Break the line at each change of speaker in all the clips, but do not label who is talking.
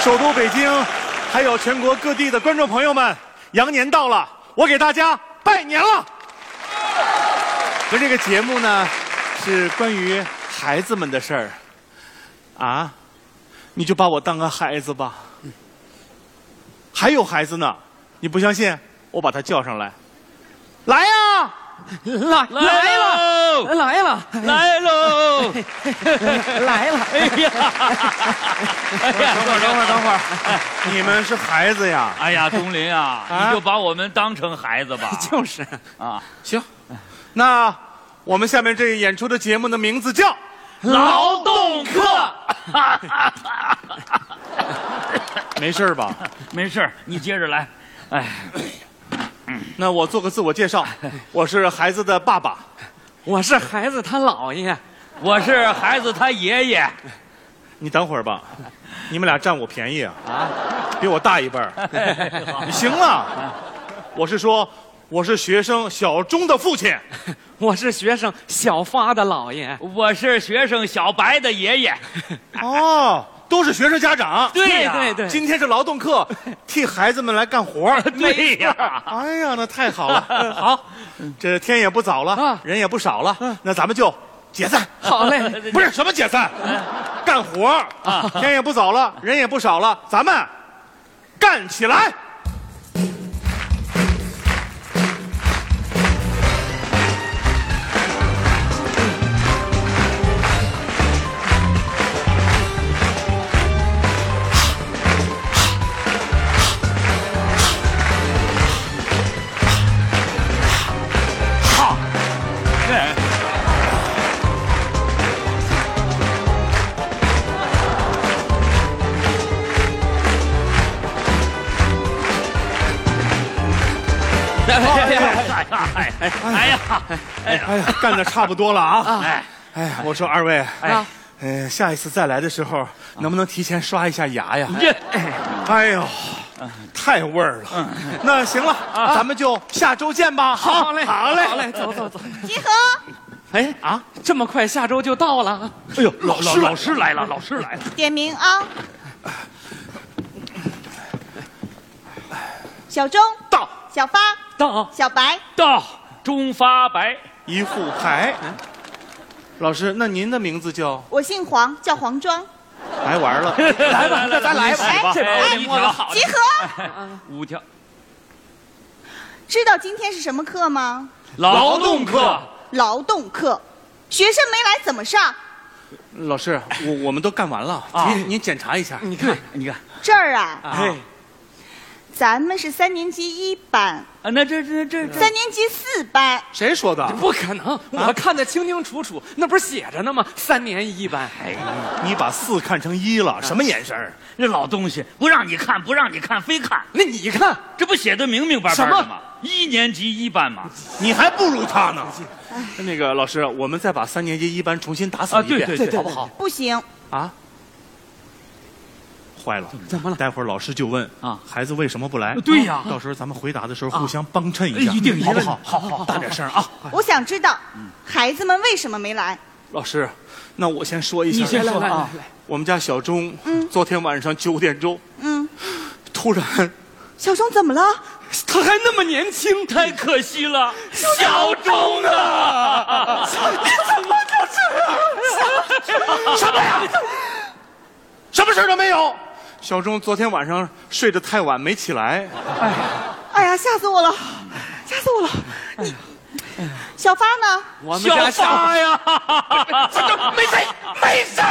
首都北京，还有全国各地的观众朋友们，羊年到了，我给大家拜年了。我这个节目呢，是关于孩子们的事儿。啊，你就把我当个孩子吧。还有孩子呢，你不相信？我把他叫上来。来呀、
来来了，来了，
来喽！
来了！
哎呀，哎呀，
等会儿，等会儿，等会儿，你们是孩子呀？
哎呀，东林啊，
啊
你就把我们当成孩子吧
就是
啊！
行，那我们下面这演出的节目的名字叫……
劳动课，
没事儿吧？
没事儿你接着来。哎，
那我做个自我介绍，我是孩子的爸爸。
我是孩子他姥爷，
我是孩子他爷爷，
你等会儿吧，你们俩占我便宜啊？ 比我大一辈 儿。行了，我是说，我是学生小钟的父亲。
我是学生小发的姥爷，
我是学生小白的爷爷。
哦，都是学生家长。
啊对呀
对对，
今天是劳动课，替孩子们来干活儿。
对呀，
哎呀，那太好 了！
好，
这天也不早了
啊，嗯
人也不少了，那咱们就解散。
好嘞，
不是什么解散，
嗯
干活儿
啊
天也不早了，人也不少了，咱们干起来！
哎呀，哎呀，哎呀，哎呀，
哎呀， 干的差不多了啊！
哎，
哎呀，我说二位，
啊，
呃，下一次再来的时候，能不能提前刷一下牙
嗯
呀？
这
哎呦，太味儿
嗯
了。那行了，咱们就下周见吧。
啊好嘞，
好嘞，
好嘞，走走走，
集合，
哎啊，
这么快下周就到了，
哎呦，老
老
师
老师来了，老师来了。
点名啊！小钟、
到
小发、
到
小白，
到中发白，
一副牌。老师，那您的名字叫？
我姓黄，叫黄庄。
来玩了。
来吧，那咱来
吧
这
哎
把我摸得好
集合，
五条
知道今天是什么课吗？
劳动课，
劳动课。学生没来怎么上？
老师，我我们都干完了，
啊
您您检查一下。
你看，你看，
这儿啊，
啊
哎，
咱们是三年级一班，
啊，那这这这
嗯
这
三年级四班。
谁说的？
不可能，我看得清清楚楚，那不是写着呢吗？三年一班，
你把四看成一
啊
了，什么眼神儿？
这老东西不让你看，不让你看，非看，
那你看，
这不写的明明白白的
什
吗？一年级一班嘛，
你还不如他呢。那个老师，我们再把三年级一班重新打扫一遍，
哎啊对对对
好不好？
不行，
啊？坏了，
怎么了
待会儿老师就问
啊
孩子为什么不来？
对呀
到时候咱们回答的时候互相帮衬一下，
一定
好不好？
好好
大点声啊！
我想知道孩子们为什么没来。
老师，那我先说一下，哎
你先
来
说
来
啊
来来，
我们家小钟，
嗯
昨天晚上九点钟
嗯，
突然，
小钟怎么了？
他还那么年轻，
太可惜了，小钟啊！
什么事儿都没有。小钟昨天晚上睡得太晚没起来，
哎呀，吓死我了，吓死我了！你，哎小发呢？
我们
小
家下
发 呀，
没事没事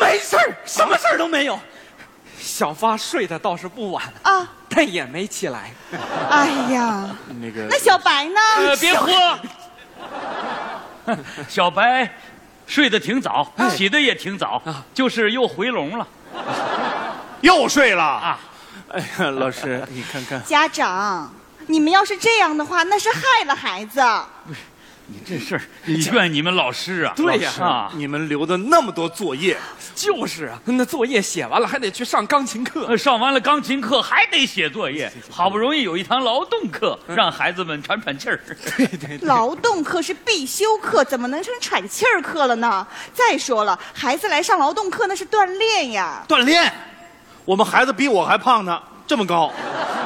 没事什么事
都没有。
小发睡得倒是不晚，
啊，
但也没起来。
哎呀，
那个
那小白呢？
呃，别喝。 小白睡得挺早，起得也挺早，就是又回笼了。
又睡了
啊！
哎呀，老师，你看看，
家长，你们要是这样的话，那是害了孩子。
你这事儿，怨 你们老师啊！
对呀
老师啊，
你们留的那么多作业，
就是啊，那作业写完了还得去上钢琴课。
呃上完了钢琴课还得写作业，嗯好不容易有一堂劳动课，让孩子们喘喘气儿。
劳动课是必修课，怎么能成喘气儿课了呢？再说了，孩子来上劳动课那是锻炼呀。
锻炼。我们孩子比我还胖呢，这么高，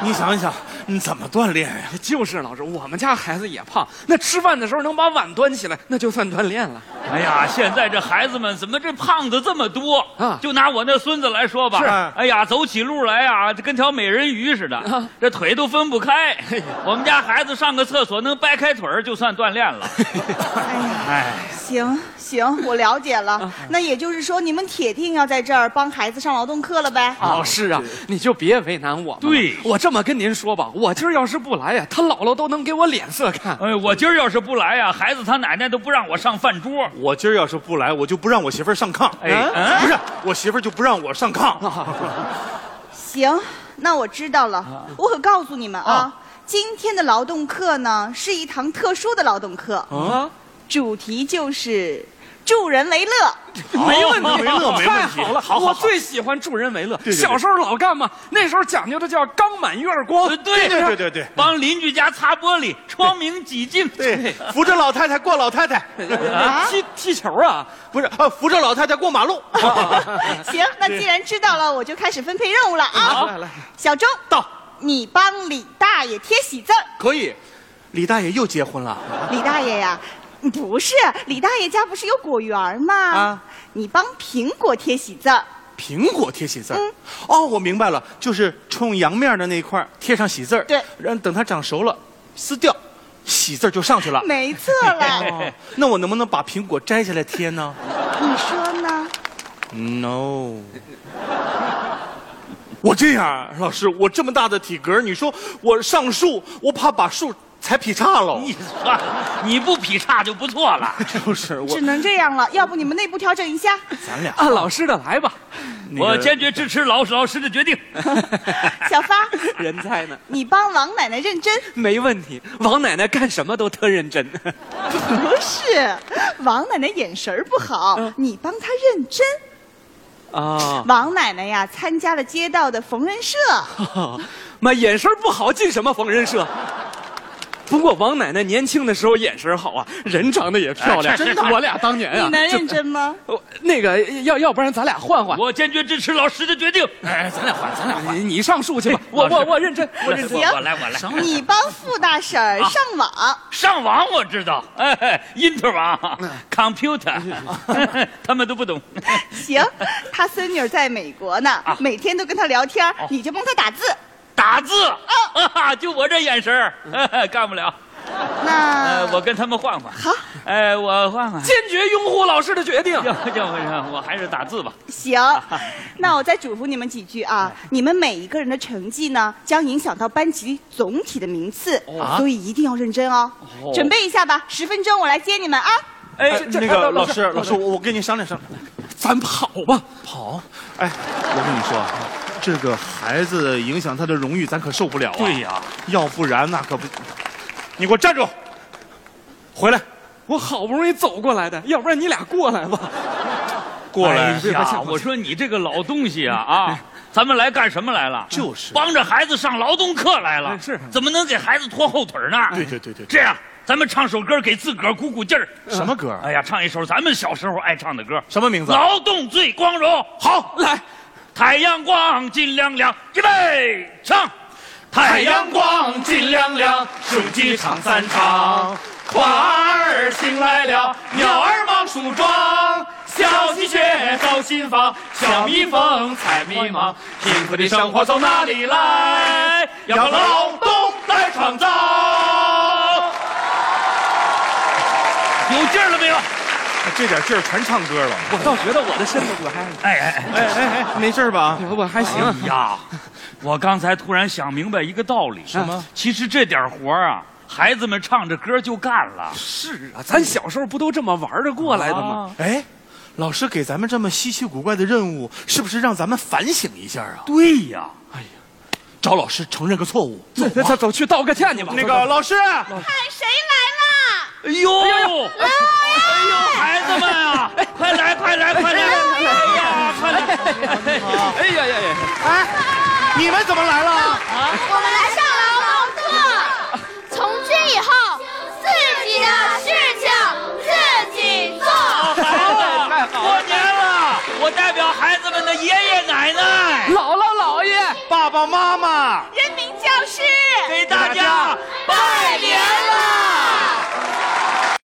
你想一想，你怎么锻炼呀？
哎就是啊老师，我们家孩子也胖，那吃饭的时候能把碗端起来，那就算锻炼了。
哎呀，现在这孩子们怎么这胖子这么多
啊
就拿我那孙子来说吧，
是
哎呀，走起路来啊，这跟条美人鱼似的，
啊
这腿都分 不开。我们家孩子上个厕所能掰开腿儿就算锻 炼了。
行行，我了解了。那也就是说，你们铁定要在这儿帮孩子上劳动课了呗？
老师啊，你就别为难我们了。
对
我这么跟您说吧，我今儿要是不来呀、他姥姥都能给我脸色看。
哎，我今儿要是不来呀、孩子他奶奶都不让我上饭桌。
哦
我今儿要是不来，我就不让我媳妇儿上炕。啊
哎，嗯啊
不是，我媳妇儿就不让我上炕。
行，那我知道
啊
了。我可告诉你们啊，今天的劳动课呢是一堂特殊的劳动课，
哦
啊，
主题就是助人为
啊
乐。
没问题，
没乐没问题
太好了，
好好好
我最喜欢助人为乐。
对对
小时候老干嘛？那时候讲究的叫刚满月光。
呃对
对对对对
帮邻居家擦玻璃，窗明几净。
对，扶着老太太过老太太，
哎
啊踢踢球啊，
不是，呃，扶着老太太过马路。
哎行，那既然知道
啊
了，我就开始分配任务了啊。
来来
小周，
到，
你帮李大爷贴喜字儿。
可以。
李大爷又结婚了，
李大爷呀、不是，李大爷家不是有果园吗？
啊
你帮苹果贴喜字儿。
苹果贴喜字
嗯
儿。哦，我明白了，就是冲阳面的那一块儿贴上喜字儿，
对
然后等它长熟了撕掉，喜字儿就上去了。
没错
嗯
了，
哦那我能不能把苹果摘下来贴呢
你说呢？
？No。我这样，老师，我这么大的体格，你说我上树，我怕把树踩劈叉了。
你算了，你不劈叉就不错了。
就是我
只，能这样了，要不你们内部调整一下。
咱俩，
按老师的来吧，
那个
我坚决支持老老师的决定。
啊
小发，
人才呢？
你帮王奶奶认真。
没问题，王奶奶干什么都特认真。
不是，王奶奶眼神儿不好，你帮她认真。
啊，
王奶奶呀，参加了街道的缝纫社。
妈，眼神不好进什么缝纫社？不过王奶奶年轻的时候眼神好啊，人长得也漂亮。
哎真的
我俩当年啊，
你能
这
认真吗？
我那个要要不然咱俩换换，
我坚决支持老师的决定。
哎，咱俩换，咱俩换，你你上树去吧，我
老师
我我认真， 我认
来
真。
我我来我来。
你帮傅大婶儿上网。
上网我知道，哎，因特网，computer，他们都不懂。
行，他孙女儿在美国呢，每天都跟他聊天儿，你就帮他打字。
打字，啊就我这眼神儿， 干不了。
那
呃，我跟他们换换。
好，
哎，我换换。
坚决拥护老师的决定。
要要不然我还是打字吧。
行，那我再嘱咐你们几句啊，你们每一个人的成绩呢，将影响到班级总体的名次，所以一定要认真哦。准备一下吧，十分钟我来接你们啊。
哎
哎，那个老师，老师，我我跟你商量商量。
咱跑吧。
跑？哎，我跟你说啊，这个孩子影响他的荣誉，咱可受不了啊！
对哎呀
要不然那可不……你给我站住！回来，
我好不容易走过来的，要不然你俩过来吧。
过来！
哎呀，我说你这个老东西啊啊！咱们来干什么来了？
就是
帮着孩子上劳动课来了。
哎是
怎么能给孩子拖后腿呢？
对对对对对
这样，咱们唱首歌给自个儿鼓鼓劲儿。
什么歌？
哎呀，唱一首咱们小时候爱唱的歌，
什么名字？
劳动最光荣。好，
来，
太阳光金亮亮，预备唱。太阳光金亮亮，雄鸡唱三唱，花儿醒来了，鸟儿忙梳妆，小喜鹊造新房，小蜜蜂采蜜忙，辛苦的生活从哪里来？要靠劳动来创造。有劲儿了没有？
哎这点劲儿全唱歌了。
我倒觉得我的身子我还
哎哎哎！
哎哎哎，没事儿吧？
我还行。
哎 呀，我刚才突然想明白一个道理，什
么？
其实这点活儿啊，孩子们唱着歌就干了。
是啊，咱小时候不都这么玩着过来的吗？
哎，老师给咱们这么稀奇古怪的任务，是不是让咱们反省一下啊？
对呀，
找老师承认个错误。
走走走，去啊道个歉去吧。
那个老师，
看谁来
哎呦，哎呦，孩子们啊，快来快来快来！哎呀，快来！
哎呀呀呀！
你们怎么来了？
我们来上劳动课，从今以后，自己的事情自己做。
孩子，过年了！我代表孩子们的爷爷奶奶，
姥姥
爸妈妈。
人